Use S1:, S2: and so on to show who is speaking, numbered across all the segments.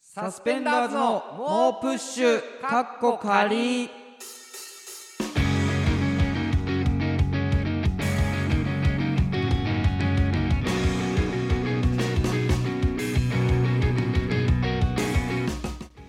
S1: サスペンダーズの猛プッシュかっこ仮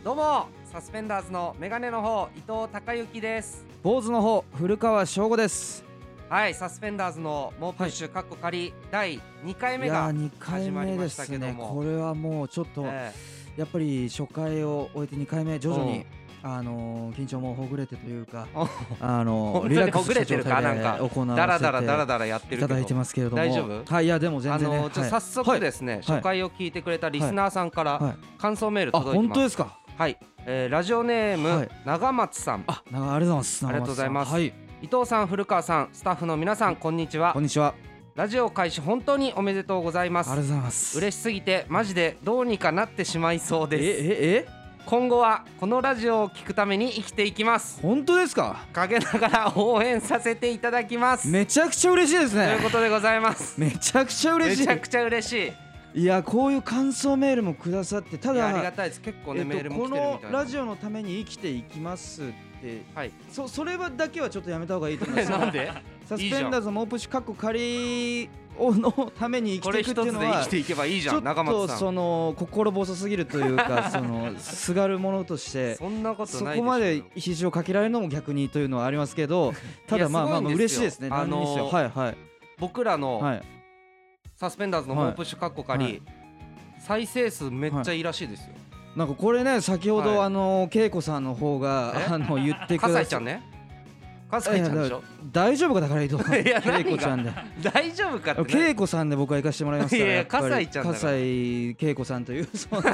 S2: どうもサスペンダーズのメガネの方伊藤孝之です
S1: 坊主の方古川翔吾です
S2: はいサスペンダーズの猛プッシュかっこ仮第2回
S1: い
S2: 目
S1: や
S2: が
S1: ー2回
S2: 始まり
S1: 目
S2: ま
S1: で
S2: した
S1: す
S2: けど
S1: ね
S2: も
S1: これはもうちょっと
S2: え
S1: やっぱり初回を終えて2回目徐々
S2: うん
S1: にあのー緊張もほぐれてというか
S2: うん
S1: あの
S2: 本当
S1: ー
S2: に
S1: リラックス
S2: ほぐれてるか
S1: した状態で
S2: なんか
S1: 行
S2: ーだらだらだら
S1: わ
S2: だらやって
S1: せてい
S2: るけ
S1: ただいて
S2: ど
S1: ますけれども
S2: 大丈夫
S1: はいいやでも全
S2: あ
S1: 然ね
S2: のーちょっと
S1: は
S2: 早速ですね初回を聞いてくれたリスナーさんか
S1: いは
S2: ら
S1: い
S2: 感想メール
S1: あ
S2: 届いて
S1: 本当
S2: ま
S1: ですすか
S2: はいえーラジオネー
S1: は
S2: ム
S1: い
S2: 長松さん
S1: あなんかありがとうございます
S2: ありがとうございます
S1: 長松さんはい
S2: 伊藤さん古川さんスタッフの皆さんこんにちは
S1: こんにちは
S2: ラジオ開始本当におめでとうございま
S1: ありがと
S2: す
S1: うございます
S2: 嬉しすぎてマジでどうにかなってしまいそうで
S1: え
S2: す
S1: ええ
S2: 今後はこのラジオを聞くために生きていきます
S1: 本当ですか
S2: 陰ながら応援させていただきます、
S1: めちゃくちゃ嬉しいです
S2: というこ
S1: ね
S2: とでございます
S1: めちゃくちゃ嬉し
S2: め
S1: い
S2: ちゃくちゃ嬉しい
S1: いやこういう感想メールもくださってた
S2: いやあり
S1: だ
S2: がたいです結構ね、
S1: えっと
S2: メールも
S1: こ
S2: 来てるみ
S1: の
S2: たいな
S1: ラジオのために生きていきますって
S2: はい
S1: そそれはだけはちょっとやめた方がいいと思い ま
S2: え
S1: す
S2: なんで
S1: サスペンダーズもオープッシュかっこ仮をのために生
S2: こ
S1: きて
S2: れ
S1: い
S2: 一
S1: く
S2: つ
S1: って
S2: で
S1: いうの
S2: 生
S1: は
S2: きていけばいいじ
S1: ち
S2: ゃ
S1: ょ
S2: ん中
S1: っ
S2: 松
S1: と
S2: さん
S1: その心細すぎるという かそのすがるものとして
S2: そんなこと
S1: そ
S2: ない
S1: こま
S2: で
S1: です
S2: よ
S1: 肘をかけられるのも逆にというのはありますけどただまあまあま
S2: すご
S1: あ
S2: いんで
S1: 嬉
S2: す
S1: し
S2: よ
S1: いですね
S2: あ
S1: 何
S2: のー
S1: にせよはいはい
S2: 僕らの
S1: はい
S2: サスペンダーズの
S1: はい
S2: モープッシュカッコ借
S1: は
S2: り再生数めっちゃいいらしいですよ
S1: なんかこれね先ほ
S2: はい
S1: どあのー恵子さんの方
S2: え
S1: があの言ってくだ
S2: 笠
S1: さ
S2: 井
S1: い
S2: ちゃんね笠井ちゃんでしょ
S1: 大丈夫かだから伊藤
S2: いや
S1: 恵子ちゃんで
S2: 大丈夫かって
S1: 恵子さんで僕は行かせてもらいますから
S2: いやいや
S1: っぱり
S2: 笠井ちゃんだから
S1: 笠井恵子さん というそのフ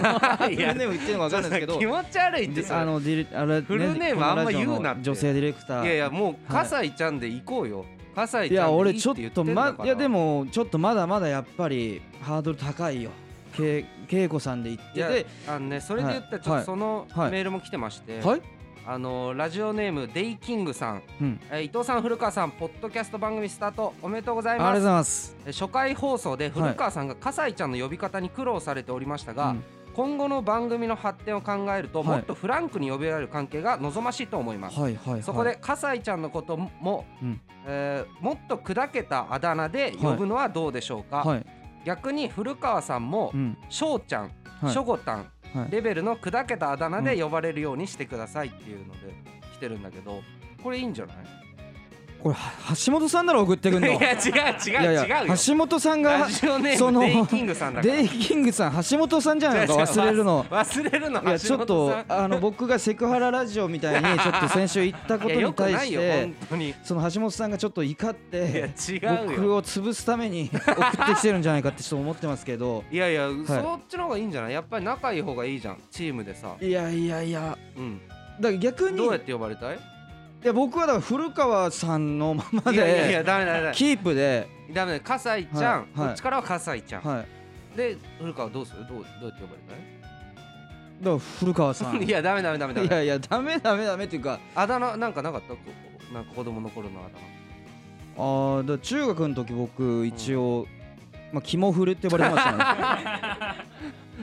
S1: ル
S2: いや
S1: ネーム言ってるのか分かんないですけど
S2: 気持ち悪いんですよ
S1: あのディレあれ
S2: フルネーム
S1: ね
S2: あんま言うなって
S1: このラジオの女性ディレクター
S2: いやいやもう葛西ちゃんで行こうよ葛西
S1: い
S2: ちゃ
S1: や
S2: んで
S1: 俺
S2: いいっ
S1: ちょ
S2: て
S1: っ
S2: 言って
S1: と
S2: んだから
S1: まいやでもちょっとまだまだやっぱりハードル高いよけ恵子さんで行っ
S2: い
S1: て
S2: や
S1: て
S2: あのねそれで言ったらちょっ
S1: は
S2: と
S1: い
S2: その
S1: はい
S2: メールも来てまして、
S1: はい
S2: あのラジオネームデイキングさん、
S1: うん
S2: えー伊藤さん古川さんポッドキャスト番組スタートおめでとうござ
S1: あ
S2: い
S1: りがと
S2: ます
S1: うございます
S2: えー初回放送で古川さんが葛西ちゃんの呼び方に苦労されておりましたが、
S1: うん
S2: 今後の番組の発展を考えると、
S1: はい
S2: もっとフランクに呼べられる関係が望ましいと思います、
S1: はいはいはい
S2: そこで葛西ちゃんのことも、
S1: うん
S2: えーもっと砕けたあだ名で呼ぶのはどうでしょうか、
S1: はい
S2: 逆に古川さんも
S1: うん
S2: 翔ちゃん、
S1: はい
S2: しょごたん
S1: はい
S2: レベルの砕けたあだ名で呼ばれるようにしてくださいっていうので来てるんだけどこれいいんじゃない
S1: これは橋本さんなら送ってくん の
S2: いや違う違う
S1: いやいや
S2: 違うよ
S1: 橋本さんが
S2: ラジオネ
S1: そ
S2: ーム
S1: の
S2: デイキングさんだから
S1: デイキングさん橋本さんじゃないのか
S2: 違う違う
S1: 忘れ るの
S2: 忘れるの
S1: いやちょ
S2: 橋
S1: っ
S2: 本
S1: と
S2: さん
S1: あの僕がセクハララジオみた いにちょっと先週言ったこ
S2: い
S1: と
S2: やよ
S1: に
S2: く
S1: 対
S2: な
S1: し
S2: いよ
S1: て
S2: 本当にい
S1: その橋本さんがちょっと怒って
S2: や違う
S1: 僕
S2: よ
S1: を潰すために送ってきてるんじゃないかってちょっと思ってますけど
S2: いやいや、そっちの方がいいんじゃないやっぱり仲いい方がいいじゃんチームでさ、
S1: いやいやいや
S2: うん、
S1: だから逆に
S2: どうやっ
S1: い
S2: て呼ばれたい
S1: や僕はだから古川さんのまま
S2: いやいやい
S1: で
S2: やダメだダメだ
S1: キープで
S2: ダメだ笠井ちゃん、
S1: はいはい
S2: こっちからは笠井ちゃん、
S1: はい
S2: で古川どうするどうどうやって呼ばれたい
S1: だから古川さ ん
S2: いやダメダメダメダ
S1: い
S2: メ
S1: やいやダメダメダメっていうか
S2: あだ名なんかなかったこうなんか子供の頃のあだ
S1: あーだから中学の時僕一応まあ肝フルって呼ばれてましたね
S2: 名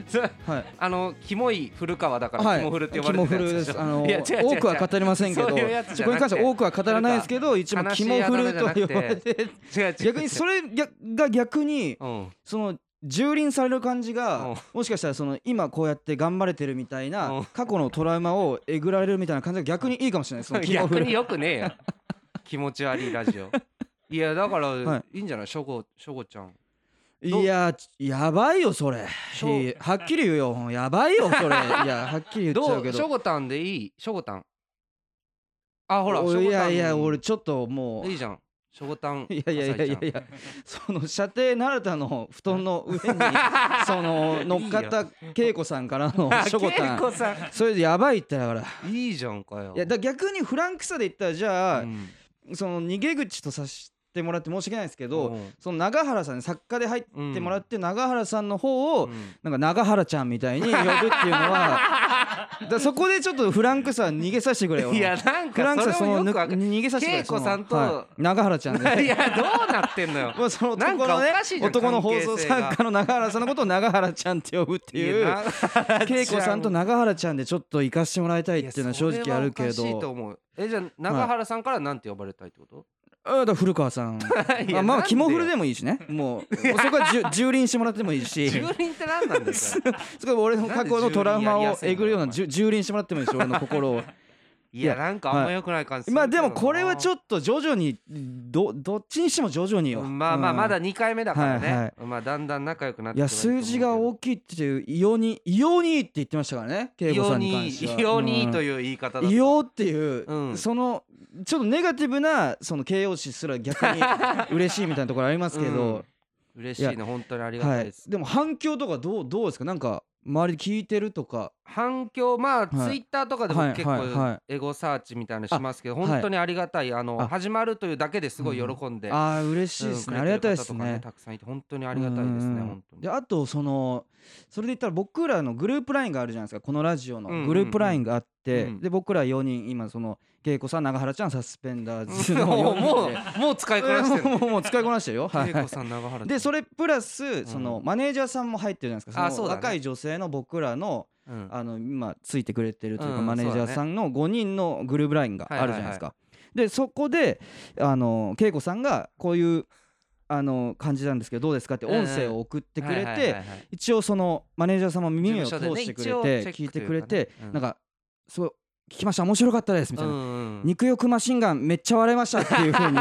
S2: それ
S1: はい
S2: あのキモい古川だから、
S1: はい、
S2: キモフルって呼ばれて
S1: キモフ
S2: るや
S1: ルで
S2: つし
S1: す。
S2: ょ
S1: あの
S2: いや違う違う違う
S1: 多くは語りませんけど、
S2: そ
S1: こ
S2: ういう
S1: れ
S2: や
S1: に
S2: つじゃなくて
S1: 関しては多くは語らないですけど、一応
S2: 悲し
S1: キ
S2: い
S1: モフルと呼ばれて、
S2: 違う違う
S1: 逆にそれ逆が逆に
S2: うん
S1: その蹂躙される感じ
S2: うん
S1: が、もしかしたらその今こうやって頑張れてるみたい
S2: うん
S1: な過去のトラウマをえぐられるみたいな感じが逆にいいかもしれない。そのキモフ
S2: 逆
S1: ル
S2: に。よくねえよ 気持ち悪いラジオいやだから、、
S1: はい
S2: いんじゃないしょごしょごちゃんどう
S1: いややばいよそれ。
S2: しょ
S1: いやはっきり言うよ。やばいよそれ。いやはっきり言っちゃ
S2: ど
S1: うけ
S2: うしょ
S1: ど。
S2: ごたんでいいしょごたんあほらしょごたん
S1: おいやいや俺ちょっともう
S2: いいじゃんしょごたん
S1: いやいやいやいやいや、その射程ならたの布団の 上にその乗っかった恵子さんから の
S2: あ
S1: しょこた
S2: 恵
S1: ん
S2: 子さ
S1: それでやばいってだからい
S2: んいいじゃんかよ
S1: やだ逆にフランクさで言ったらじゃあ、
S2: うん
S1: その逃げ口とさせてもらって申し訳ないですけど、
S2: うん
S1: その長原さん作家で入ってもらって長原さんの方を、
S2: うん
S1: なんか長原ちゃんみたいに呼ぶっていうのはらそこでちょっとフランクさ逃げさせてくれよ
S2: いやなん
S1: フランクさ
S2: か
S1: そ
S2: それも
S1: の
S2: よく
S1: ぬ
S2: わか
S1: 逃げさせてくれ
S2: 恵子さんと
S1: そのはい永原ちゃんで
S2: いやどうなって んのよ
S1: もうその
S2: なん
S1: 男
S2: か
S1: の
S2: お
S1: ね
S2: かしいじゃん
S1: 男の放送
S2: 関係性が
S1: 作家の永原さんのことを 永原ちゃんって呼ぶっていう
S2: やな
S1: 恵子さんと永原ちゃんでちょっと行かしてもらいたいっていうのは正
S2: いや
S1: 直あるけ
S2: それはおかしいと
S1: ど
S2: 思うえじゃあ永原さんからなんて呼ばれたいってこと、
S1: あだから古川さん
S2: いや
S1: あま
S2: なん
S1: あ
S2: で
S1: 肝フルでもいいしねもうそこはじゅ蹂躙してもらってもい いし
S2: 住人って何なんです か
S1: そこは俺の過去のトラウマをえぐるような
S2: なんで
S1: じゅ蹂躙してもらってもいいし俺の 心を
S2: いやなんかあんま良くない感じする
S1: まあでもこれはち
S2: ょっ
S1: ょっと徐々にどどっちにしても徐々によ
S2: まあまあ
S1: うん
S2: まだ2回目だからね、
S1: はいは
S2: まあだんだん仲良くなって
S1: いや数字が大
S2: く
S1: きいっていう異様に異様にいいって言ってましたからね
S2: 異
S1: 恵子
S2: 様
S1: さんに
S2: に
S1: 関しては
S2: 異様にと
S1: う
S2: いう言い方だ
S1: ん異様っていう、
S2: うん
S1: そのちょっとネガティブなその形容詞すら逆 に嬉しいみたいなところありますけど、
S2: 嬉しいね本当にありが
S1: は
S2: たいで
S1: い
S2: す、、
S1: でも反響とかどうどうですかなんか周りで聞いてるとか
S2: 反響まあツイ
S1: はい
S2: ッターとかで
S1: は
S2: も
S1: い
S2: 結
S1: はいは
S2: 構
S1: い
S2: エゴサーチみたいなのしますけど
S1: はい
S2: 本当にありがたいあの
S1: あ
S2: 始まるというだけですごい喜んで
S1: ああ嬉しいですね、
S2: うん
S1: あ
S2: く
S1: り
S2: れ
S1: が
S2: て
S1: たい
S2: る
S1: で
S2: 方
S1: す
S2: とか
S1: ね
S2: たくさんいて本当にありがたいです
S1: うんう
S2: ね
S1: んうん
S2: 本当に
S1: であとそのそれで言ったら僕らのグループラインがあるじゃないですかこのラジオ
S2: うんうんう
S1: の
S2: ん
S1: グループラインがあって、
S2: うん
S1: で僕ら4人今その恵子さん永原ちゃんサスペンダーズの
S2: もうも
S1: 4人で
S2: うもう使いこなしてる
S1: もうもうもう使いこなしてるよ。は
S2: 恵子
S1: い
S2: さん長原
S1: でそ
S2: れ
S1: れプラスその
S2: うん
S1: マネージャーさんも入ってるじゃないです
S2: あ
S1: かそ
S2: そう
S1: の
S2: だね
S1: 若い女性の僕らの
S2: あ
S1: あの今ついてくれてるという
S2: う
S1: か
S2: ん
S1: マネージャーさんの5人のグループラインがあるじゃないですか。でそこであの恵子さんがこういうあの感じなんですけどどうですかって音声を送ってくれて一応そのマネージャーさんも耳を
S2: 事
S1: 通
S2: 務所でね
S1: してくれ
S2: 一応チ
S1: て
S2: ェック
S1: 聞いてくれて
S2: というかねうん
S1: なんかすごい聞きました面白かったですみたいな。
S2: 肉
S1: 肉欲マシンガンめっちゃ割れましたっていう風に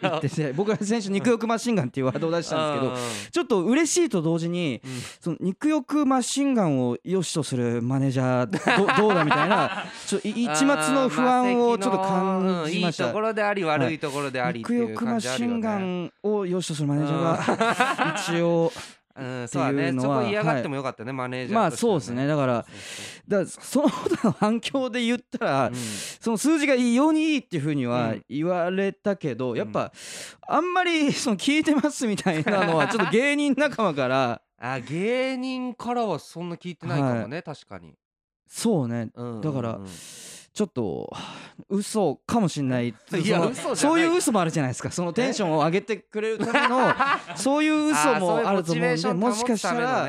S1: 言ってて僕ら先週肉欲マシンガンっていうワードを出したんですけどちょっと嬉しいと同時にその肉欲マシンガンを良しとするマネージャー どどうだみたいなちょい一末の不安をちょっと感じまし
S2: いい
S1: た
S2: とこ。ろであり悪いところでありって
S1: 肉
S2: いう
S1: 欲
S2: 感
S1: マ
S2: じあ
S1: シ
S2: るよ
S1: ンガ
S2: ね
S1: ンを良しとするマネージ ャーが一応
S2: うんそうだ
S1: ってい
S2: ね
S1: うの
S2: そ
S1: は
S2: こ嫌がってもよかったねマネージャー
S1: まあ
S2: としては
S1: そうですねだから
S2: そうそう
S1: だからそのことの反響で言ったら、
S2: う
S1: その数字が異様にいいっていうふうに
S2: う
S1: は
S2: ん
S1: 言われたけど、やっぱあんまりその聞いてますみたいなのはちょっと芸人仲 間から
S2: んあ芸人からはそんな聞いてないかもね、確かに、
S1: そうね
S2: うん
S1: だから
S2: うん
S1: ちょっとはぁ嘘かもしんない
S2: いや
S1: その
S2: 嘘じゃない
S1: そういう嘘もあるじゃないですかそのテンションを上げてくれるた めのそういう嘘もあると思うんでもしかしたら。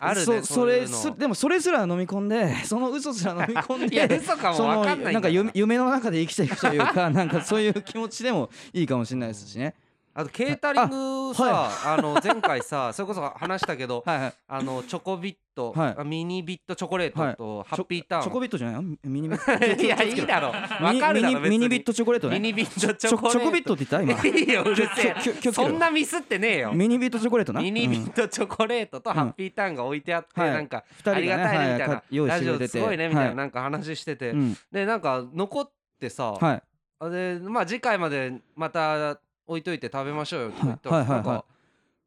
S2: あるね
S1: そう
S2: そ
S1: それ
S2: ういう
S1: す
S2: の
S1: でもそれすら飲み込んで その嘘すら飲み 込ん
S2: いや
S1: で
S2: 嘘かも
S1: その
S2: わかんない
S1: な
S2: ん
S1: ん
S2: だ
S1: か夢夢の中で生きていくというかなんかそういう気持ちでもいいかもしれないですしね。
S2: あとケータリングさあ,、の前回さそれこそ話したけど
S1: はいはい
S2: あのチョコビット、
S1: はい
S2: あミニビットチョコレー
S1: はい
S2: トと、ハッピーターン
S1: チョコビットじゃないよミニビ ッ
S2: いやいいだろわ
S1: ミ
S2: かるだろ
S1: ミニミニビットチョコレート
S2: ト
S1: ね
S2: ミニビットチ
S1: チ
S2: ョ
S1: ョ
S2: コレート
S1: チョコビットって言った今
S2: いいよ うるせえ
S1: きょきょきょ
S2: そんなミスってねえよ
S1: ミニビットチョコレートな
S2: ミニビットチョコレートとハッピーターンが置いてあって、
S1: はい
S2: なんか
S1: 人
S2: あ
S1: がね
S2: りがたいねみたいな、
S1: はい用意し
S2: ラ
S1: て
S2: ジ
S1: くれてて
S2: オすごいねみたいな、
S1: はい
S2: なんか話してて、
S1: うんうん
S2: でなんか残ってさ、
S1: はい
S2: あでまあ次回までまた置いといて食べましょうよとか言ったら、
S1: はいはいはいはい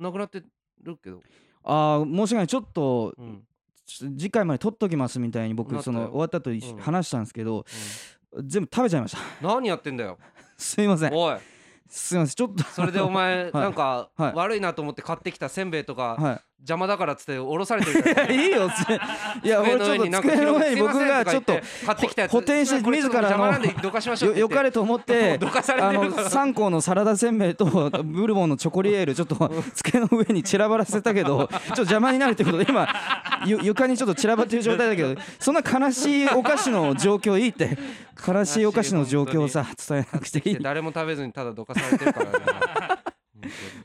S2: なんかなくなってるけど、
S1: ああ申し訳ないちょっと
S2: うんうん
S1: ちょ次回まで取っときますみたいに
S2: な
S1: 僕
S2: った
S1: その
S2: よ
S1: 終わった後に
S2: うん
S1: 話したんですけど全部食べちゃいました
S2: 何やってんだよ
S1: すいません
S2: おい
S1: すいませんちょっと
S2: それでお 前なんか
S1: はい
S2: 悪いなと思って買ってきたせんべいとか
S1: は
S2: 邪魔だからっつっておろされてるから
S1: いいやいいよついや
S2: 机
S1: 俺
S2: の
S1: ちょ
S2: 上
S1: っと
S2: になんか
S1: 机の
S2: 広くす
S1: 上に
S2: いま
S1: 僕
S2: せん
S1: が
S2: とか
S1: ちょ
S2: 言
S1: っと
S2: て買ってきたやつ
S1: 補填して
S2: これちょっと
S1: 自ら
S2: 邪
S1: の
S2: 魔なんでどかしましょうっ
S1: よ
S2: て言
S1: よ
S2: って
S1: かれと思って
S2: どかされ
S1: あ
S2: て
S1: の
S2: るから
S1: 3個のサラダせんべいとブルボンのチョコリエールちょっと机の上に散らばらせたけどちょっと邪魔になるってことで今ゆ床にちょっと散らばってる状態だけどそんな悲しいお菓子の状況いいって悲しいお菓子の状況をさ伝えなくていい
S2: で誰も食べずにただどかされてるからね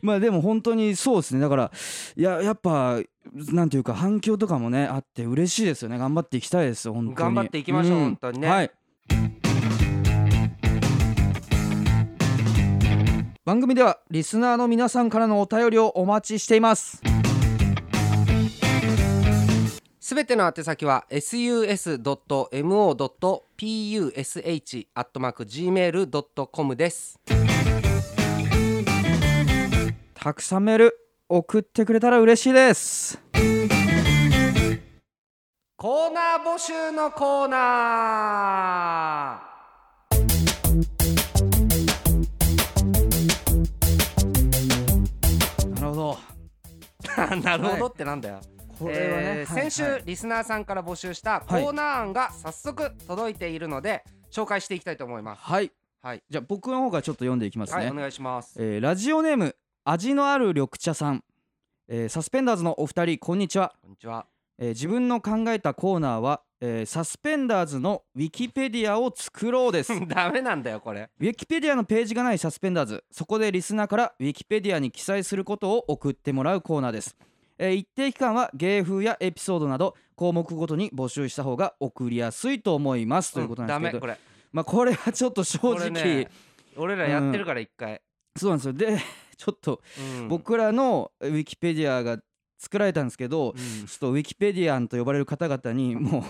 S1: まあでも本当にそうですねだからいややっぱなんていうか反響とかもねあって嬉しいですよね頑張っていきたいですよ本当に
S2: 頑張っていきましょう本当にね
S1: はい番組ではリスナーの皆さんからのお便りをお待ちしています
S2: すべての宛先は sus.mo.push.gmail.com です
S1: たくさんメール送ってくれたら嬉しいです
S2: コーナー募集のコーナ
S1: なるほど
S2: ー なるほどってなんだよ、
S1: ここれはねはいは
S2: え
S1: い
S2: ー先週リスナーさんから募集したコーナー案が早速届いているので紹介していきたいと思います。
S1: はい
S2: はい、
S1: じゃあ僕の方がちょっと読んでいきます
S2: は
S1: ね、
S2: い、お願いします。
S1: えーラジオネーム味のある緑茶さん、えーサスペンダーズのお二人こんにちは、
S2: こんにちは。
S1: えー自分の考えたコーナーは、えーサスペンダーズのウィキペディアを作ろうで すウ
S2: ダメなんだよこれ。
S1: ィキペディアのページがないサスペンダーズそこでリスナーからウィキペディアに記載することを送ってもらうコーナーです、えー一定期間は芸風やエピソードなど項目ごとに募集した方が送りやすいと思いますということなんですけ
S2: うんダメ
S1: ど、
S2: これ。
S1: まあこれはちょっと正
S2: これ
S1: 直、
S2: ね俺らやってるから一回。
S1: そうなんですよでちょっと
S2: うん
S1: 僕らのウィキペディアが作られたんですけど、
S2: う
S1: ちょ
S2: ん
S1: っとウィキペディアンと呼ばれる方々にもう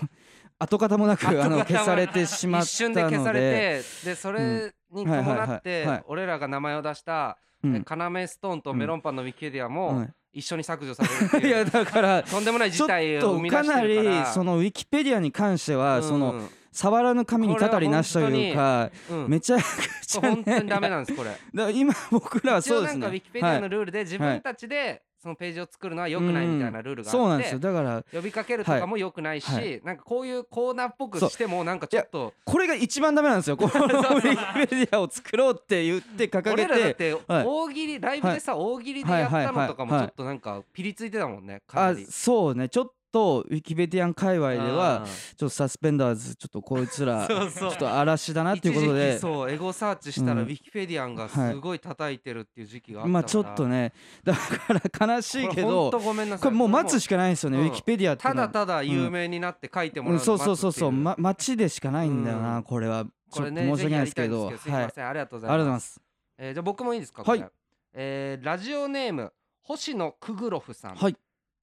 S1: 跡形もなく
S2: 跡形
S1: あ
S2: も
S1: の
S2: なく
S1: 消されてしまったの
S2: 一瞬
S1: で
S2: で消されてでそれに伴っ
S1: うんはいはいはいは
S2: て
S1: い
S2: 俺らが名前を出した
S1: う
S2: え
S1: ん
S2: カナメストーンとメロンパンのウィキペディアも
S1: う
S2: 一緒に削除されるって
S1: んい
S2: い
S1: や
S2: う
S1: だから
S2: とんでもない
S1: ち
S2: 事
S1: ょっ
S2: 態を
S1: と
S2: 生み出
S1: か
S2: し
S1: な
S2: てるから
S1: りそのウィキペディアに関してはその
S2: うん
S1: 触らぬ神にたたりなしというか
S2: うん
S1: めちゃくちゃね
S2: 本当にダメなんですこれ。
S1: だから今僕らは
S2: 一応
S1: そうで
S2: な
S1: す
S2: ん
S1: ね
S2: かウィキペディアの
S1: はい
S2: ルールで自分たちでそのページを作るのは良くないみたいなルールが
S1: そう
S2: あ
S1: な
S2: っ
S1: んです
S2: て
S1: よだから
S2: 呼びかけるとかも良くない
S1: は
S2: しなんかこういうコーナーっぽくしてもなんかちょっと
S1: これが一番ダメなんですよこのウィキペディアを作ろうって言って掲
S2: 俺
S1: げ
S2: らだってて大喜利ライブでさ大喜利でやったのとかもちょっとなんかピリついてたもんねかな
S1: あ
S2: り。
S1: そうねちょっとウィキペディアン界隈では
S2: あー
S1: ちょっとサスペンダーズちょっとこいつらち
S2: そ
S1: ょ
S2: うそう
S1: っと嵐だなっていうこと
S2: 一時
S1: で
S2: 期そうエゴサーチしたら
S1: う
S2: ウ
S1: ん
S2: ィキペディアンがすごい叩いてるっていう時期があったから
S1: まあちょっとねだから悲しいけ
S2: ほん
S1: ど
S2: とごめんなさい
S1: これもう待つしかないですよね
S2: う
S1: ウ
S2: ん
S1: ィキペディアって
S2: た
S1: の
S2: だ
S1: は
S2: ただ有名になって書いてもら
S1: うん
S2: うの
S1: そ
S2: を
S1: う
S2: 待つってい
S1: そうそうそうま待ちでしかないんだよ
S2: うん
S1: なこれはち
S2: こ
S1: ょ
S2: れ
S1: っと
S2: ね
S1: 申し訳ないですけど
S2: ぜひや
S1: は
S2: りたいんですけどすいま
S1: い
S2: せんありがとうご
S1: あ
S2: ざ
S1: りが
S2: い
S1: とうござい
S2: ま
S1: ますす
S2: えーじゃあ僕もいいですか
S1: はい
S2: これえーラジオネーム星野クグロフさん
S1: はい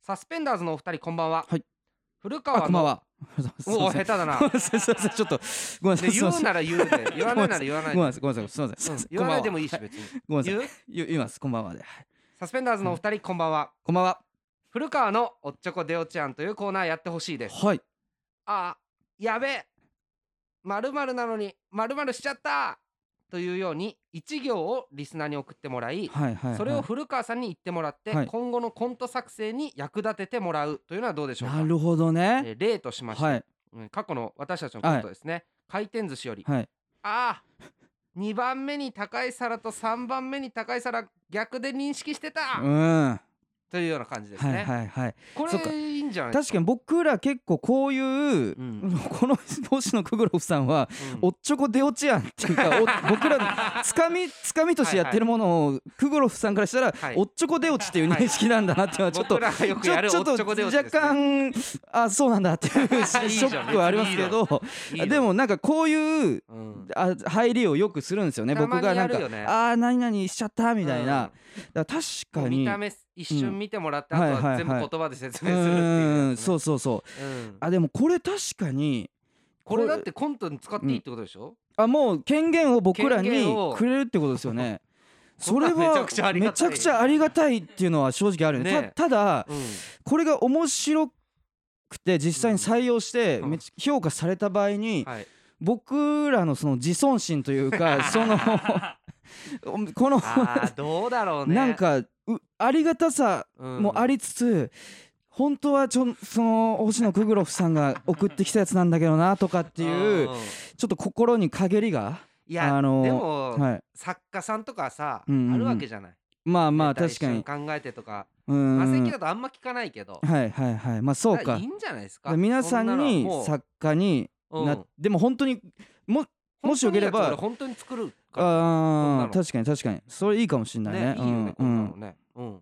S2: サスペンダーズのお二人こんばんは
S1: はい
S2: 古
S1: あ
S2: 川
S1: こんばん
S2: の
S1: はありがとうござい
S2: おお
S1: ま
S2: 下
S1: す
S2: 手だな
S1: すいませんちょっとごめんなさ
S2: で
S1: いすい
S2: 言
S1: ま
S2: う
S1: せん
S2: なら言うで言わないなら言わない
S1: ごめ
S2: で
S1: んなさいごめんなさいすいませんすいません
S2: うん言わないでもいい
S1: こ
S2: し
S1: んばんは
S2: 別に
S1: ごめんなさい
S2: 言う
S1: 言言いますこんばんはではい
S2: サスペンダーズのお二人こんばんは
S1: こんばんは
S2: 古川のおっちょこでおちゃんというコーナーやってほしいです
S1: はい
S2: あやべえまるなのにまるしちゃったというように一行をリスナーに送ってもらい
S1: はいはい
S2: それ
S1: は
S2: を
S1: い
S2: 古川さんに言ってもらって
S1: はい
S2: 今後のコント作成に役立ててもらうというのはどうでしょうか
S1: なるほどね
S2: えー例としまして
S1: はい
S2: うん過去の私たちのコントですね回転寿司より
S1: はい
S2: あー2番目に高い皿と3番目に高い皿逆で認識してた
S1: うん
S2: というような感じです
S1: はい
S2: ね
S1: はいはい
S2: こ
S1: そっか
S2: れいいんじゃないで
S1: 確
S2: す
S1: かに僕ら結構こういう、
S2: ん
S1: この 星野クグロフさんは、
S2: うん
S1: おっちょこでおちやんっていうかお 僕らつかみつかみとしてやってるものをクグロフさんからしたら、
S2: はい
S1: おっちょこでおちっていう認識なんだなっていうのはちょっと。
S2: 僕らがよく
S1: ちょ
S2: やる
S1: ちょっと
S2: おっちょこでおち
S1: 若
S2: ですね
S1: 干あそうなんだっていう シ
S2: いいじ
S1: シ
S2: ゃ
S1: ョ
S2: ん
S1: ックはありますけど
S2: いいの
S1: でもなんかこういう
S2: うん
S1: あ入りをよくするんですよね
S2: た
S1: 僕
S2: まに
S1: がなん
S2: や
S1: か
S2: るよね
S1: ああ何々しちゃったみたいな
S2: うん、
S1: だから確かに
S2: 見た目一瞬見てもらって、
S1: うん
S2: あと
S1: は
S2: はい
S1: はい
S2: 全部
S1: はい
S2: 言葉で説
S1: う
S2: 明するっていう,、
S1: んそうそうそう
S2: うん
S1: あでもこれ確かに
S2: これだってコントに使っていいってことでしょ、
S1: あもう権限を僕らに
S2: 権限を
S1: くれるってことです よね。そ
S2: こんな
S1: れ
S2: ん
S1: は
S2: めちゃくちゃあり
S1: め
S2: が
S1: ち
S2: たい
S1: ゃくちゃありがたいっていうのは正直あるよね。
S2: ね
S1: たただ
S2: うん
S1: これが面白くて実際に採用して
S2: うん
S1: めち評価された場合に
S2: はい、
S1: 僕らのその自尊心という かその この
S2: あーどうだろうね
S1: なん、かうありがたさ
S2: うん
S1: もありつつ本当はちょその星野クグロフさんが送ってきたやつなんだけどなとかっていうんちょっと心に陰りが。
S2: いや、
S1: あのー
S2: でも、
S1: はい
S2: 作家さんとかさ、
S1: うんうんうん
S2: あるわけじゃない
S1: まあまあ
S2: ネタ
S1: 確
S2: 一
S1: か
S2: 緒
S1: に。
S2: 考えてとか
S1: うーん
S2: 魔石だとあんま聞かないけど
S1: はいはいはい。まあそう
S2: だら
S1: か
S2: いい。んじゃないですか
S1: 皆さんに
S2: さ
S1: 作家にな、でも本当にももしよければ
S2: 本当に作るからんな
S1: あ
S2: の
S1: ー確かに確かにそれいいかもしれないね。
S2: ねいいよね、
S1: う
S2: こ
S1: ん
S2: んな
S1: う
S2: んのね、うん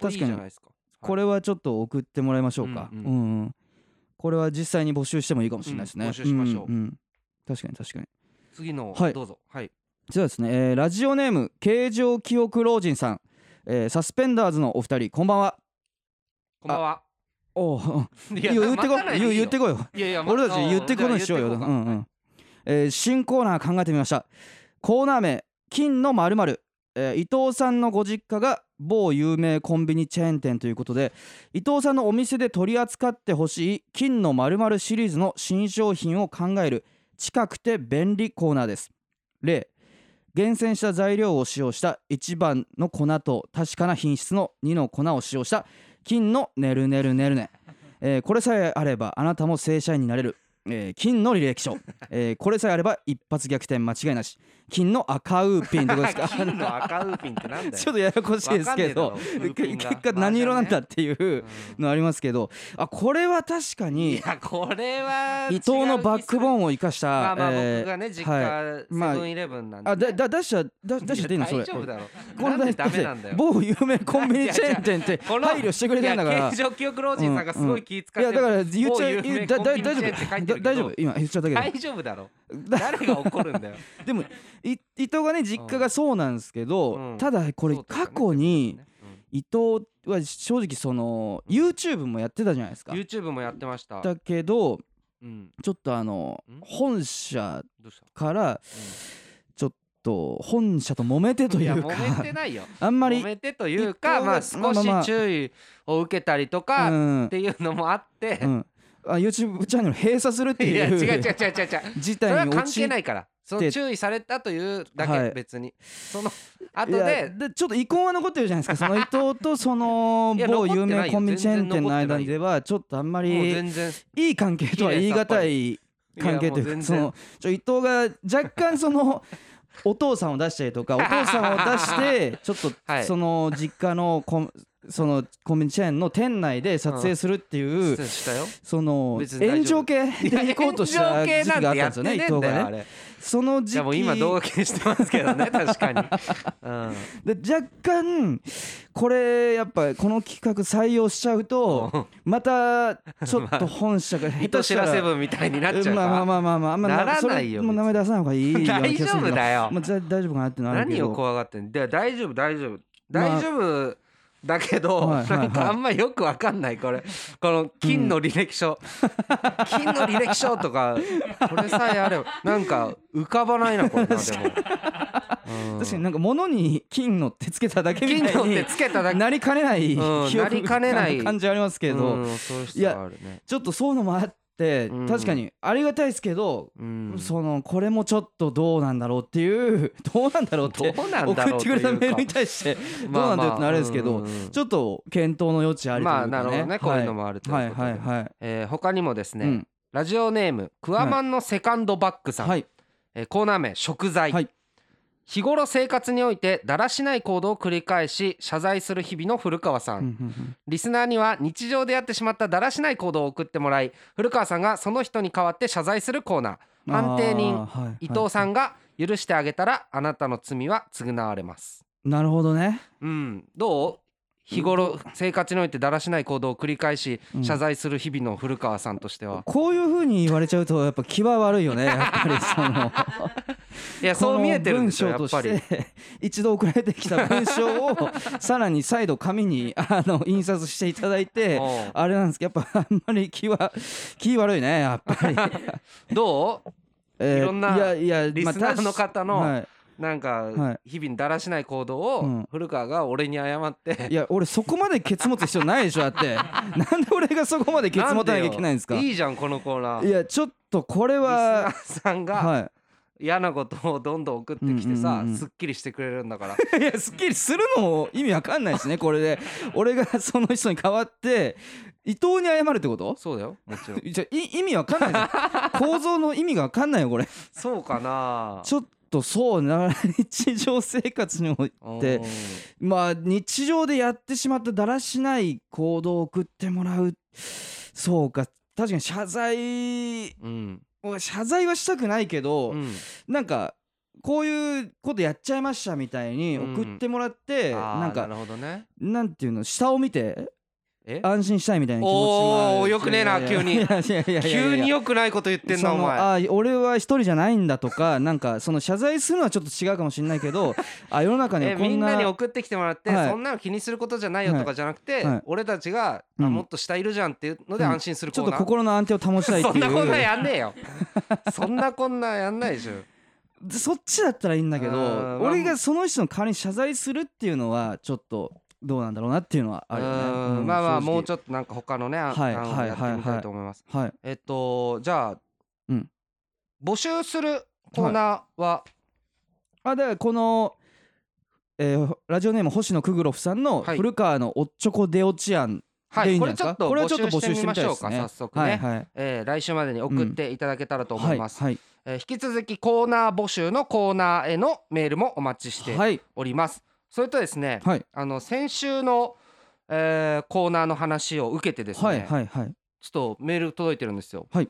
S2: これい
S1: 確
S2: い
S1: か
S2: じ
S1: に
S2: ゃないですか
S1: これはちょっと送ってもらいましょうか。
S2: う
S1: うんん
S2: う
S1: うんこれは実際に募集してもいいかもしれないですね。
S2: うん募集しましょうん
S1: ん確かに確かに。
S2: 次の
S1: はい
S2: どうぞはい
S1: そうですね、えーラジオネーム形状記憶老人さん、えーサスペンダーズのお二人こんばんは。
S2: こんばんは
S1: おお
S2: い
S1: 言ってこ
S2: 待たないいでいいよ
S1: 言ってこいよ。
S2: いやいやま
S1: 俺たち言ってこないしようよ。う
S2: じゃあ
S1: んうん。えー新コーナー考えてみました。コーナー名金のまるまる。えー伊藤さんのご実家が某有名コンビニチェーン店ということで伊藤さんのお店で取り扱ってほしい金のまるまるシリーズの新商品を考える近くて便利コーナーです例厳選した材料を使用した1番の粉と確かな品質の2の粉を使用した金のねるねるねるね、えーこれさえあればあなたも正社員になれる、えー金の履歴書、えーこれさえあれば一発逆転間違いなし金の赤ウーピンってことです か
S2: 金の赤ウーピンってなんだよ
S1: ちょっとややこしいですけど
S2: わかんねえだろウーピンが
S1: 結果何色なんだっていう
S2: う
S1: のありますけどあこれは確か
S2: んい
S1: に
S2: やこれは
S1: 伊藤のバックボー
S2: ン
S1: ンを生かした
S2: まあまあ
S1: えー
S2: 僕がね実家セ
S1: まあ
S2: ブンイレブンなんで
S1: あだ
S2: ね
S1: だ出しちゃだ出しちゃっていいのそれ
S2: 大丈夫だろ
S1: こ
S2: な
S1: れ
S2: んでダメなんだよ
S1: 某有名コンビニチェーン店って
S2: この
S1: 配慮してくれてんだか
S2: いや
S1: ら
S2: 形状記憶老人さんがすごい気使って
S1: いやだから言っちゃ
S2: 某有名
S1: うだだ
S2: コンビニ
S1: 大丈
S2: チェーンって書いてるけど
S1: 夫だ大丈夫今言っちゃったけど、
S2: 大丈夫だろ
S1: だ
S2: 誰が怒るんだよ
S1: でもい伊藤がね実家がそうなんですけど、
S2: うん
S1: ただ これ
S2: そうだよね
S1: 過去に
S2: うん
S1: 伊藤は正直その YouTube もやってたじゃないですか。
S2: YouTube もやってました
S1: だけど
S2: うん
S1: ちょっとあの
S2: ん
S1: 本社
S2: どうした
S1: からちょっと本社と揉めてと
S2: うん
S1: い
S2: や
S1: うか
S2: 揉めてないよ
S1: あんまり
S2: 揉めてというかまあ
S1: 一方
S2: 少
S1: がまあまあ
S2: し注意を受けたりと
S1: う
S2: か
S1: ん
S2: っていうのもあって
S1: うん、あ YouTube チャンネル閉鎖するっ て
S2: いや違
S1: い
S2: う
S1: う
S2: 違う違う違う違う
S1: 事
S2: それ
S1: 態
S2: は
S1: に
S2: 関係
S1: 陥
S2: ないからその注意されたというだけ別にその後で
S1: いやちょっと遺恨は残ってるじゃな いですかその伊藤とその
S2: いや残っ
S1: 某
S2: て
S1: 有
S2: ないよ
S1: 名コンビニチェーン店の間ではちょっとあんま
S2: もう
S1: り
S2: 全然
S1: いい関係とは言い難い関係というかそのちょ伊藤が若干そのお父さんを出したりとかお父さんを出してちょっと
S2: はい
S1: その実家のコンそのコンビニチェーンの店内で撮影するっていう
S2: 失礼したよ
S1: その
S2: 別に大
S1: 炎
S2: 丈
S1: 上
S2: 夫
S1: 系で行こうとした時期があったんですよね伊藤がね。
S2: ね
S1: その時
S2: じゃあもう今動画消してますけどね確かに、うん、
S1: で若干これやっぱこの企画採用しちゃうとまたちょっと本社 が 下
S2: 人
S1: 手し
S2: 知
S1: た
S2: ら
S1: ら
S2: セブンみたいになっちゃうから、
S1: まあまあまあまあまああんま
S2: ならないよ
S1: それもう名前出さない方がいいような気がする ん
S2: 大丈夫だよ
S1: まあ、じゃあ大丈夫かなっていうのはあるけ
S2: 何
S1: ど
S2: を怖がってんので大丈夫大丈夫
S1: まあ
S2: 大丈夫だけど、
S1: はいはいはい
S2: なんかあんまよくわかんない これこの金の履歴書、金の履歴書とかこれさえあればなんか浮かばないなこれなでも、うん
S1: 確かになんか物に金のってつけただけみ
S2: 金
S1: た
S2: のっ
S1: い
S2: てつけただ
S1: に
S2: け
S1: なりかねない、
S2: うん
S1: 記憶
S2: なりかねない
S1: 感じありますけど、
S2: うんそういう人があるね、
S1: ちょっとそういうのもあって、
S2: うん
S1: 確かにありがたいですけど、
S2: うん、
S1: そのこれもちょっとどうなんだろうっていうどうなんだろうって
S2: どうなんだろう
S1: 送ってくれたメールに対してどうなんだよってなるんですけど、
S2: まあまあうんうん
S1: ちょっと検討の余地ありという
S2: ま
S1: か、
S2: あ
S1: ね、
S2: なるほどねこういうのもあるというこ
S1: は
S2: と
S1: い
S2: で、
S1: はいはいはい、
S2: えー他にもですね、
S1: うん
S2: ラジオネームクワマンのセカンドバッグさん、
S1: はい
S2: えーコーナー名食材、
S1: はい
S2: 日頃生活においてだらしない行動を繰り返し謝罪する日々の古川さん、
S1: うんうん
S2: リスナーには日常でやってしまっただらしない行動を送ってもらい古川さんがその人に代わって謝罪するコーナー
S1: うん
S2: 判定人
S1: あーはい
S2: 伊藤さ
S1: は
S2: んが許してあげたらあなたの罪は償われます
S1: いなるほどね
S2: うんどう日頃生活においてだらしない行動を繰り返し謝罪する日々の古川さんとしては、
S1: こういうふうに言われちゃうとやっぱ気は悪い よねやっぱりその
S2: いやそう見えてるんでしょや
S1: この
S2: っぱ
S1: 文章
S2: り
S1: として一度送られてきた文章をさらに再度 紙にあの印刷していただいて
S2: うん
S1: あれなんですけどやっぱあんまり気は気悪いねや っぱり、
S2: ど
S1: え
S2: いろんない
S1: やいや
S2: リスナーの方の
S1: まあ
S2: う
S1: 確
S2: なん
S1: は
S2: か日々にだらしない行動
S1: う
S2: を
S1: ん
S2: 古川が俺に謝っ
S1: はい、
S2: て
S1: いや俺そこまでケツ持つ必要ないでしょだって なんで俺がそこまでケツ持たなきゃいけないんですか
S2: なん
S1: い
S2: よいいじゃんこのコーナーリス
S1: やちょっとこれ
S2: ナー
S1: は
S2: さんが
S1: は
S2: 嫌なことをどんどん送ってきて
S1: うんう
S2: さ
S1: んうんうん
S2: すっきりしてくれるんだ から
S1: い、いやすっきりするのも意味わかんないですねこれで俺がその人に代わって伊藤に謝るってこと
S2: そうだよもちろん
S1: じゃい意味わかんな いじゃん構造の意味がわかんないよこれ
S2: そうかな
S1: ちょっとそうな日常生活において
S2: うん
S1: まあ日常でやってしまっただらしない行動を送ってもらうそうか確かに謝罪
S2: うん
S1: 謝罪はしたくないけど、
S2: うん
S1: なんかこういうことやっちゃいましたみたいに送ってもらって、
S2: あー
S1: なんか
S2: なるほどね
S1: なんていうの下を見て
S2: え
S1: 安心したいみたいな気持ちもあるし
S2: おーよくねえない
S1: やい
S2: 急
S1: や
S2: に
S1: いやいやいやいやいや
S2: 急に良くないこと言ってん
S1: そ
S2: なお
S1: の
S2: 前
S1: あー俺は一人じゃないんだとかなんかその謝罪するのはちょっと違うかもしれない けどあ世の中に
S2: え
S1: はこ
S2: み
S1: ん
S2: んな
S1: な
S2: に送ってきてもらって、
S1: はい
S2: そんなの気にすることじゃないよとかじゃなくて、
S1: はいはい
S2: 俺たちが、
S1: う
S2: あ
S1: ん
S2: もっと下いるじゃんっていうので
S1: うん
S2: 安心する
S1: ち
S2: コ
S1: ょ
S2: ー
S1: っ
S2: ナ
S1: と
S2: ー、
S1: 心の安定を保ちたいって
S2: そんなこんなん
S1: いう
S2: やんねえよそんなこんなんやんないでしょ
S1: そっちだったらいいんだけ
S2: あー
S1: ど俺がその人の代わりに謝罪するっていうのはちょっとどうなんだろうなっていうのはあるよね
S2: うーんまあまあもうち
S1: ょっ
S2: ょっとなんか他のね、あ
S1: はい
S2: あの
S1: はい
S2: やってみたいと思います、
S1: とはい
S2: えっとじゃあ、
S1: うん
S2: 募集するコーナーは、
S1: あだからこの、えーラジオネーム星野クグロフさんの
S2: はい
S1: 古川のおっちょこ出落ち案
S2: は
S1: でい
S2: い
S1: いん
S2: こ
S1: じゃ
S2: れちょっ
S1: ないですか
S2: と
S1: これ
S2: 募
S1: はちょっと募
S2: 集し
S1: 集してて
S2: み
S1: み
S2: ま
S1: た
S2: し
S1: い
S2: ょ
S1: で
S2: う
S1: す
S2: か
S1: ね
S2: 早速
S1: はい
S2: ね
S1: はい
S2: えー来週までに送っていただけたらと思います
S1: はい
S2: えー引き続きコーナー募集のコーナーへのメールもお待ちして
S1: はい
S2: おりますそれとですね
S1: はい
S2: あの先週のえーコーナーの話を受けてです
S1: はい
S2: ね
S1: はいはい
S2: ちょっとメール届いてるんですよ。
S1: はい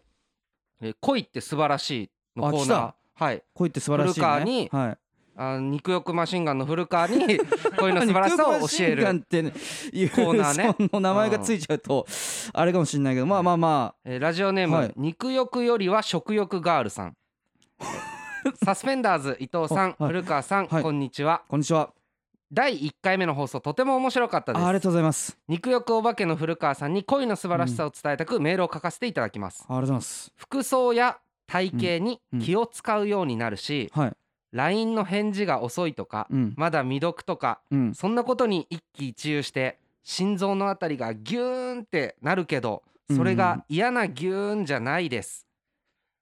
S2: えー恋って素晴らしいのコーナー
S1: あ。
S2: はい、
S1: こう言って素晴らしい
S2: 古
S1: ね
S2: 川に
S1: はい
S2: あ肉欲マシンガンの古川 に恋の素晴らしさを教え
S1: 肉マシンガン
S2: る、
S1: ってねいう
S2: コーナーね
S1: その名前がついちゃうとあれかもしれないけどまあまあま
S2: えーラジオネーム、
S1: はい
S2: 肉欲よりは食欲ガールさ んサスペンダーズ伊藤さん、
S1: あはい
S2: 古川さん、
S1: はい
S2: こんにちは
S1: あこんにちは
S2: 第1回目の放送とても面白かったです
S1: あありがとうございます
S2: 肉欲お化けの古川さんに恋の素晴らしさを伝えたくメールを書かせていただきます、
S1: ありがとうございます
S2: 服装や体型に
S1: うんうん
S2: 気を使うようになるし、
S1: はい
S2: LINE の返事が遅いとか、
S1: うん
S2: まだ未読とか
S1: うん
S2: そんなことに一喜一憂して心臓のあたりがギューンってなるけどそれが嫌なギューンじゃないです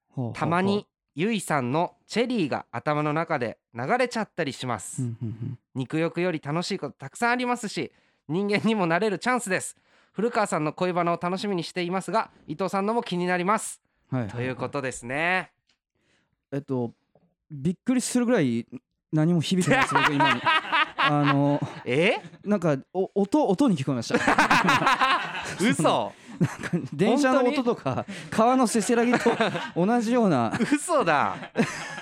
S1: ほうほうほう
S2: たまにゆいさんのチェリーが頭の中で流れちゃったりしま
S1: う
S2: す
S1: んうん
S2: 肉欲より楽しいことたくさんありますし人間にもなれるチャンスです古川さんの恋バナを楽しみにしていますが伊藤さんのも気になります
S1: うんはい
S2: ということですね
S1: えっとびっくりするぐらい何も響いてないです僕 今にあの
S2: え
S1: なんかお音音に聞こえました
S2: 嘘
S1: 電車の
S2: 本当
S1: 音
S2: に
S1: とか川のせ せらぎと同じような
S2: 嘘だ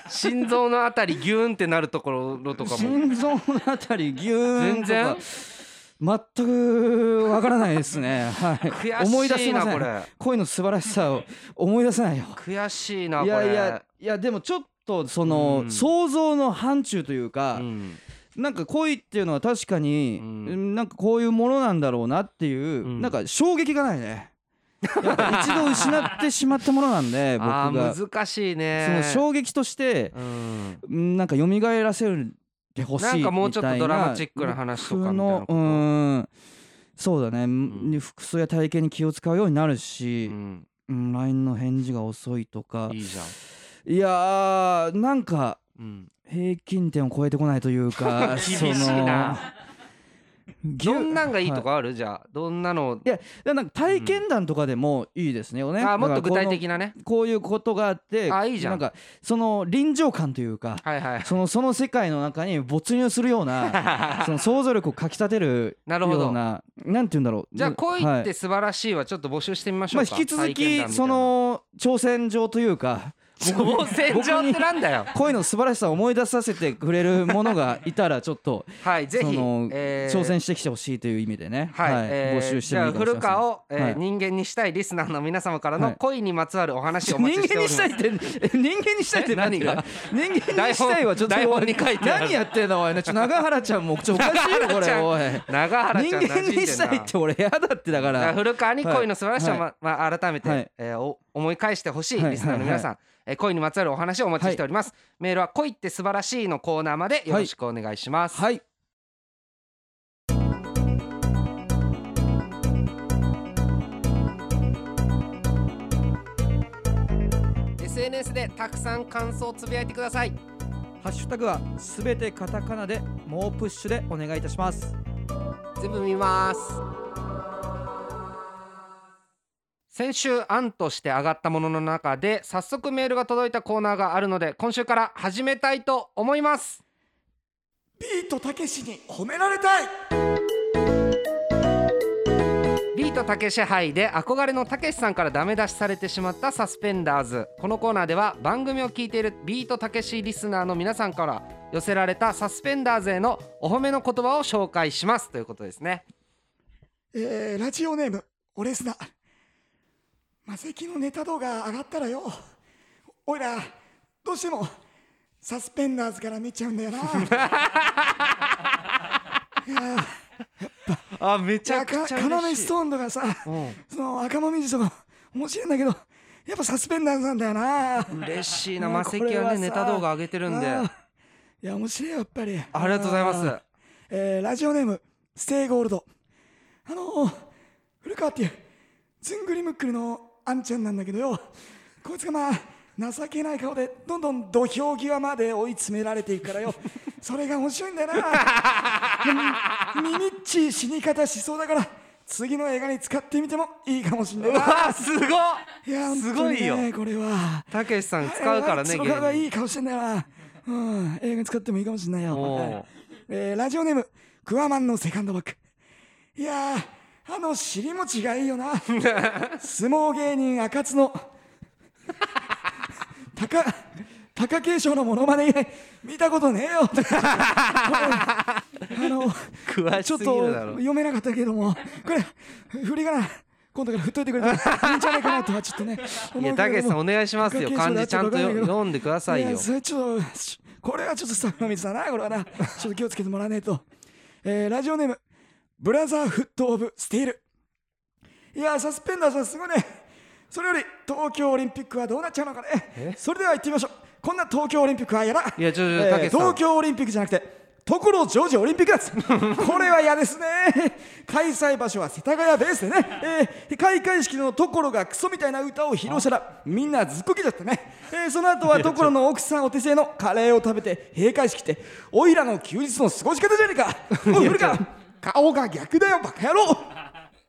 S2: 心臓のあたりギューンってなるところとかも
S1: 心臓のあたりギューン
S2: 全然
S1: とか全くわからないですね、はい、思い出
S2: 悔し
S1: せ
S2: いな
S1: ませ
S2: こ
S1: ん
S2: れ
S1: 恋の素晴らしさを思い出せないよ
S2: 悔しいなこ
S1: い
S2: れ
S1: やいやいやでもちょっとその、
S2: うん
S1: 想像の範疇というか、
S2: うん
S1: なんか恋っていうのは確かに、
S2: うん
S1: うんなんかこういうものなんだろうなっていう、
S2: ん
S1: なんか衝撃がないねやっぱ一度失ってしまったものなん で僕
S2: あ
S1: が
S2: ー難しいね
S1: その衝撃として、
S2: うん
S1: うん、なんか蘇らせるてほしいみ
S2: な
S1: たいな
S2: んかもうちょっとドラマチックな話とかみたいなこと
S1: 僕のうんそうだね、
S2: ん
S1: 服装や体型に気を使うようになるし
S2: う、ん
S1: うん、LINE の返事が遅いとか
S2: いいじゃん
S1: いやーなんか
S2: うん
S1: 平均点を超えてこないというか
S2: 厳しいな
S1: そのぎゅ
S2: どんなんがいいと
S1: は
S2: かあるじゃあどんなの
S1: いやだからなんか体験談とかでもいいですね、ね
S2: あーもっと具体
S1: だからこ
S2: 的なね
S1: のこういうことがあって
S2: あいいじゃん
S1: なんかその臨場感というか
S2: はいはい
S1: そのその世界の中に没入するよ う なその想像力をかきたてる
S2: なるほど
S1: ようななんて言うんだろう
S2: じゃあ恋って
S1: はい
S2: 素晴らしいはちょっと募集してみましょ
S1: まあ
S2: うか
S1: 引き続
S2: 体験談み
S1: き
S2: たいな
S1: その挑戦状というか
S2: 挑戦状ってなんだよ
S1: 恋の素晴らしさを思い出させてくれるものがいたらちょっと
S2: はいぜひ
S1: その
S2: えー
S1: 挑戦してきてほしいという意味でね、
S2: はい、えー
S1: 募集して
S2: じ
S1: も
S2: ゃ
S1: いい
S2: あ
S1: かもしれ
S2: 古
S1: ません
S2: 川を、えー
S1: はい
S2: 人間にしたいリスナーの皆様からの
S1: はい
S2: 恋にまつわるお話をお待
S1: 人
S2: ちして
S1: 間
S2: おりま
S1: に
S2: す
S1: したいって え人間にしたいって
S2: え何が
S1: 人間にしたいはちょっと
S2: 台本台本に書いてある
S1: 何やってんのおいねちょ長原ちゃんもちょおかしいよこれおい
S2: 長原ち
S1: 人
S2: ゃん
S1: 間にしたいって俺やだってだか
S2: だから
S1: ら
S2: 古川に恋の素晴らしさを、
S1: は
S2: ままあ、改めて、
S1: はい
S2: えーお思い返してほしいリスナーの皆さん、えー恋にまつわるお話をお待ちしております、メールは「恋って素晴らしい」のコーナーまでよろしくお願いします、
S1: はい
S2: はい SNS でたくさん感想をつぶやいてください
S1: ハッシュタグはすべてカタカナで猛プッシュでお願いいたします
S2: 全部見ます先週案として上がったものの中で早速メールが届いたコーナーがあるので今週から始めたいと思います
S1: ビートたけしに褒められたい
S2: ビートたけし杯で憧れのたけしさんからダメ出しされてしまったサスペンダーズこのコーナーでは番組を聞いているビートたけしリスナーの皆さんから寄せられたサスペンダーズへのお褒めの言葉を紹介しますということですね
S3: えーラジオネームオレスナマセキのネタ動画上がったらよおいらどうしてもサスペンダーズから見ちゃうんだよな
S2: あめち
S3: やかカナメストーンとかさ、その赤間水とか面白いんだけどやっぱサスペンダーズなんだよな
S2: 嬉しいな
S3: もう
S2: マ
S3: こ
S2: セ
S3: れ
S2: キは
S3: は
S2: ね
S3: さ
S2: ネタ動画上げてるんで
S3: あーいや面白いよやっぱり
S2: ありがとうございます。
S3: えーラジオネームステイゴールドあのー古川っていうずんぐりむっくりのあんちゃんなんだけどよこいつがまあ情けない顔でどんどん土俵際まで追い詰められていくか らよそれが面白いんだよなミニッチ死に方しそうだから次の映画に使ってみてもいいかもしれ
S2: う
S3: ないな
S2: わすごっ
S3: いや本当
S2: すごいよ
S3: にねこれは
S2: たけしさん使うからね
S3: 使
S2: 芸
S3: うから
S2: 人
S3: いいかもしれないなうん映画に使ってもいいかもしれないよ
S2: お
S3: えーラジオネームクワマンのセカンドバックいやーあの尻餅がいい よな相撲芸人赤津の高貴景勝のモノマネ以来見たこ とねえよこれあの
S2: 詳し
S3: ちょっ
S2: すぎ
S3: と
S2: るだろ
S3: 読めなかったけどもこれ振りがな今度から振っといてくれていいんじゃないかなとはちょっとね
S2: い
S3: 思
S2: や
S3: うけ
S2: た
S3: れ
S2: けし
S3: ど
S2: さん
S3: も
S2: お願いしますよ
S3: 関
S2: 漢
S3: 係
S2: 字ちゃんと
S3: 者だってわかんないけど
S2: 読んでください
S3: や
S2: よ
S3: それちょっとしこれはちょっとスタッフのミスだなこれはなちょっと気をつけてもらわねえと、えーラジオネームブラザーフット・オブ・スティールいやーサスペンダーさんすごいねそれより東京オリンピックはどうなっちゃうのかねそれでは行ってみましょうこんな東京オリンピックはやだ
S2: いやちょちょ
S3: えー
S2: たけしさん
S3: 東京オリンピックじゃなくて所ジョージオリンピックなんですこれは嫌ですね開催場所は世田谷ベースでね、えー開会式の所がクソみたいな歌を披露したらみんなずっこけちゃってね、えーその後は所の奥さんお手製のカレーを食べて閉会式っておいらの休日の過ごし方じゃねえかおい古川顔が逆だよバカ野郎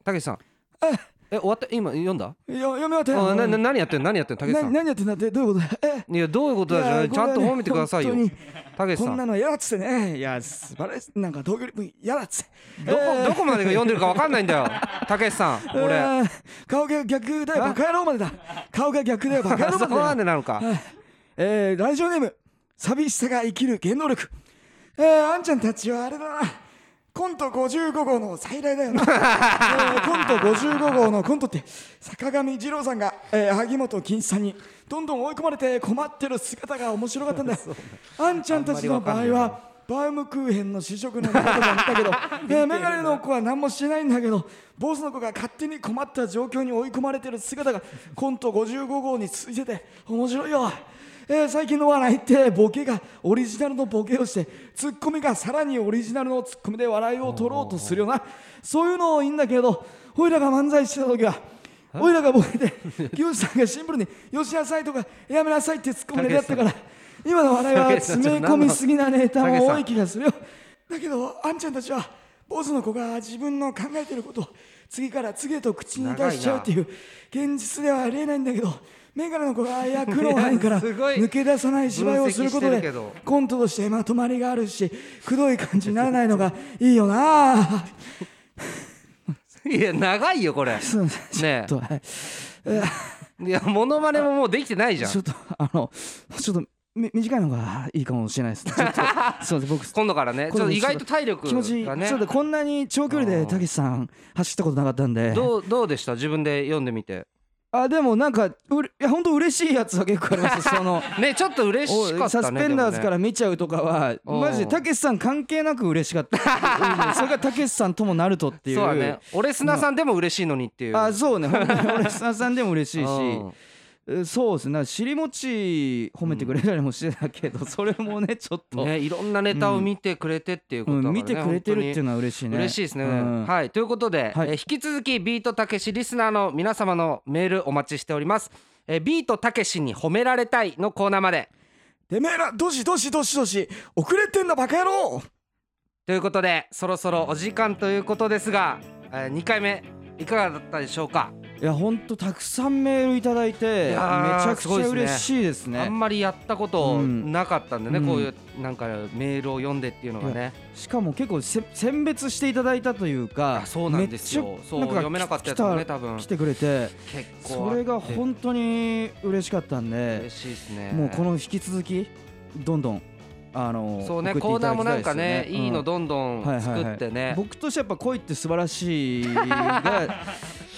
S2: たけしさん
S3: あ
S2: え終わった今読んだ
S3: よ読めよ
S2: あなな
S3: な
S2: 何やってんの何やってんのたけしさ
S3: 何
S2: ん
S3: 何やってんだってどういうこと だえー
S2: いやどういうことだじゃない
S3: いや
S2: ちゃんと褒めてくださいよ
S3: これはね
S2: たけし
S3: こ
S2: さ
S3: ん
S2: ん
S3: なの嫌だっつってねい や素晴らしいなんか東京オリンピック嫌だっつって
S2: どこ
S3: えー
S2: どこまでが読んでるかわかんないんだ よたけしさん俺
S3: あー顔が逆だよバカ野郎 までだ顔が逆だよバカ野郎
S2: そ
S3: ま
S2: こ
S3: でだ
S2: までなのか
S3: えーラジオネーム寂しさが生きる原動力えー、あんちゃんたちはあれだなコント55号の再来 だよな、えーコント55号のコントって坂上二郎さんが、えー萩本欽一さんにどんどん追い込まれて困ってる姿が面白かっ たんだよあんちゃんたちの場
S2: あんま
S3: 合
S2: りわかんない
S3: はバウムクーヘンの試食の中とか 見たけど、えーメガネの子は何もしてないんだけどボスの子が勝手に困った状況に追い込まれてる姿がコント55号に続いてて面白いよ、えー最近の笑いってボケがオリジナルのボケをしてツッコミがさらにオリジナルのツッコミで笑いを取ろうとするよなそういうのいいんだけどおいらが漫才してた時はおいらがボケて清志さんがシンプルに「よしなさい」とか「やめなさい」ってツッコミでやったから今の笑いは詰め込みすぎなネタも多い気がするよだけどあんちゃんたちは坊主の子が自分の考えてることを次から次へと口に出しちゃうっていう現実ではありえないんだけどメガネの子が役の範囲から
S2: すごい
S3: 抜け出さない芝居をすること
S2: 分析してるけ
S3: で
S2: ど
S3: コントとしてまとまりがあるしくどい感じにならないのがいいよな
S2: いや長いよこれ
S3: すいませんちょ
S2: ね
S3: っと、はい
S2: えいやモノマネももうできてないじゃん
S1: ちょっとあのちょっとみ短いのがいいかもしれないですねちょっとすいません僕
S2: 今度からねちょっと意外と体力
S1: 気持ちいい
S2: がね
S1: そうだこんなに長距離
S2: う
S1: で
S2: ん
S1: たけしさん走ったことなかったんで
S2: どうどうでした自分で読んでみて
S1: あでもなんかうれいや本当嬉しいやつは結構ありま すその
S2: ねちょっと嬉しか
S1: お
S2: った
S1: サ
S2: ね
S1: スペンダーズ
S2: でも
S1: か
S2: ね
S1: ら見ちゃうとかは
S2: うん
S1: マジでたけしさん関係なく嬉しかっ たうんそれからたけしさんともなるとっていう
S2: そうだね俺砂さんでも嬉しいのにっていう
S1: あそうね本当に俺さんさんでも嬉しいし
S2: うん
S1: えそうですねなんか尻餅褒めてくれたりもしてたけど、 それもねちょっと、
S2: ねいろんなネタを見てくれてっていうこ
S1: う
S2: とだから
S1: ん、
S2: ね
S1: 見てくれてるっていうのは嬉しいね
S2: 嬉しいですね、
S1: うん
S2: はいということで、
S1: はい
S2: えー引き続きビートたけしリスナーの皆様のメールお待ちしております、えービートたけしに褒められたいのコーナーまで
S3: てめえらどしどしどしどし遅れてんだバカ野郎
S2: ということでそろそろお時間ということですが、え2回目いかがだったでしょうか、
S1: いやほんとたくさんメールいただいて
S2: い
S1: めち
S2: やー
S1: ゃく
S2: す
S1: ち
S2: ごいで
S1: ゃ
S2: すね
S1: 嬉しいですね
S2: あんまりやったこと
S1: うん
S2: なかったんでね、
S1: うん
S2: こういうなんかメールを読んでっていうのが
S1: い
S2: ね
S1: しかも結構せ選別していただいたというか
S2: あそうなんです
S1: めっ
S2: よ
S1: ちゃ
S2: そう
S1: なんか
S2: 読めなかったやつもね多分
S1: 来た来てくれて
S2: 結構あって
S1: それが本当に嬉しかったんで
S2: 嬉しいですね
S1: もうこの引き続きどんどんあの
S2: そうね
S1: 送って
S2: コー
S1: いた
S2: ナーも
S1: だき
S2: な
S1: たい
S2: ん
S1: です
S2: か
S1: よ
S2: ね、いいの
S1: うん
S2: どんどん
S1: はいは
S2: 作
S1: いはい
S2: ってね、
S1: 僕としてやっぱ恋って素晴らしい が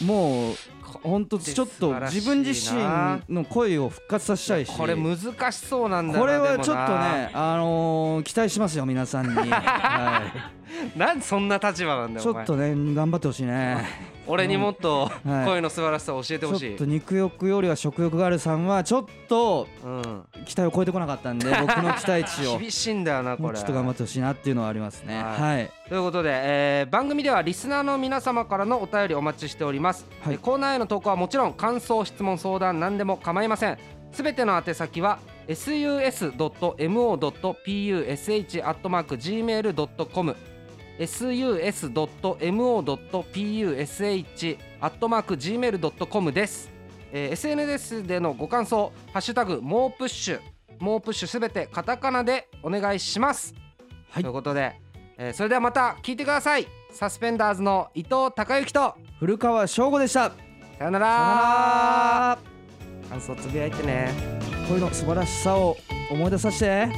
S1: もう本当ちょっと自分自身の恋を復活させたいし
S2: これ難しそうなんだな
S1: これは
S2: でも
S1: ちょっとねあのー期待しますよ皆さ んに、
S2: な
S1: は
S2: なんでそんな立場なん
S1: い、
S2: だ
S1: ち
S2: よお
S1: ょっ
S2: 前
S1: とね頑張ってほしいね
S2: 俺にもっと
S1: はい
S2: 声の素晴らしさを教え
S1: ち
S2: て
S1: ょ
S2: ほ
S1: っ
S2: しい、
S1: と肉欲よりは食欲があるさんはちょっと
S2: うん、
S1: 期待を超えてこなかったんで僕の期待値を
S2: 厳しいんだよな
S1: も
S2: こ
S1: う
S2: れ
S1: ちょっと頑張ってほしいなっていうのはありますね
S2: はい
S1: はい
S2: ということで、えー番組ではリスナーの皆様からのお便りお待ちしております、
S1: はい
S2: えーコーナーへの投稿はもちろん感想質問相談何でも構いませんすべての宛先は sus.mo.push.gmail.com sus.mo.push.gmail.com です、えー SNS でのご感想「ハッシュタグもうプッシュ」もうプッシュすべてカタカナでお願いします、
S1: はい
S2: ということで、えーそれではまた聞いてくださいサスペンダーズの伊藤孝之と
S1: 古川翔吾でした
S2: さよなら
S1: あ
S2: 感想つぶやいてね
S1: ーこういうの素晴らしさを思い出させて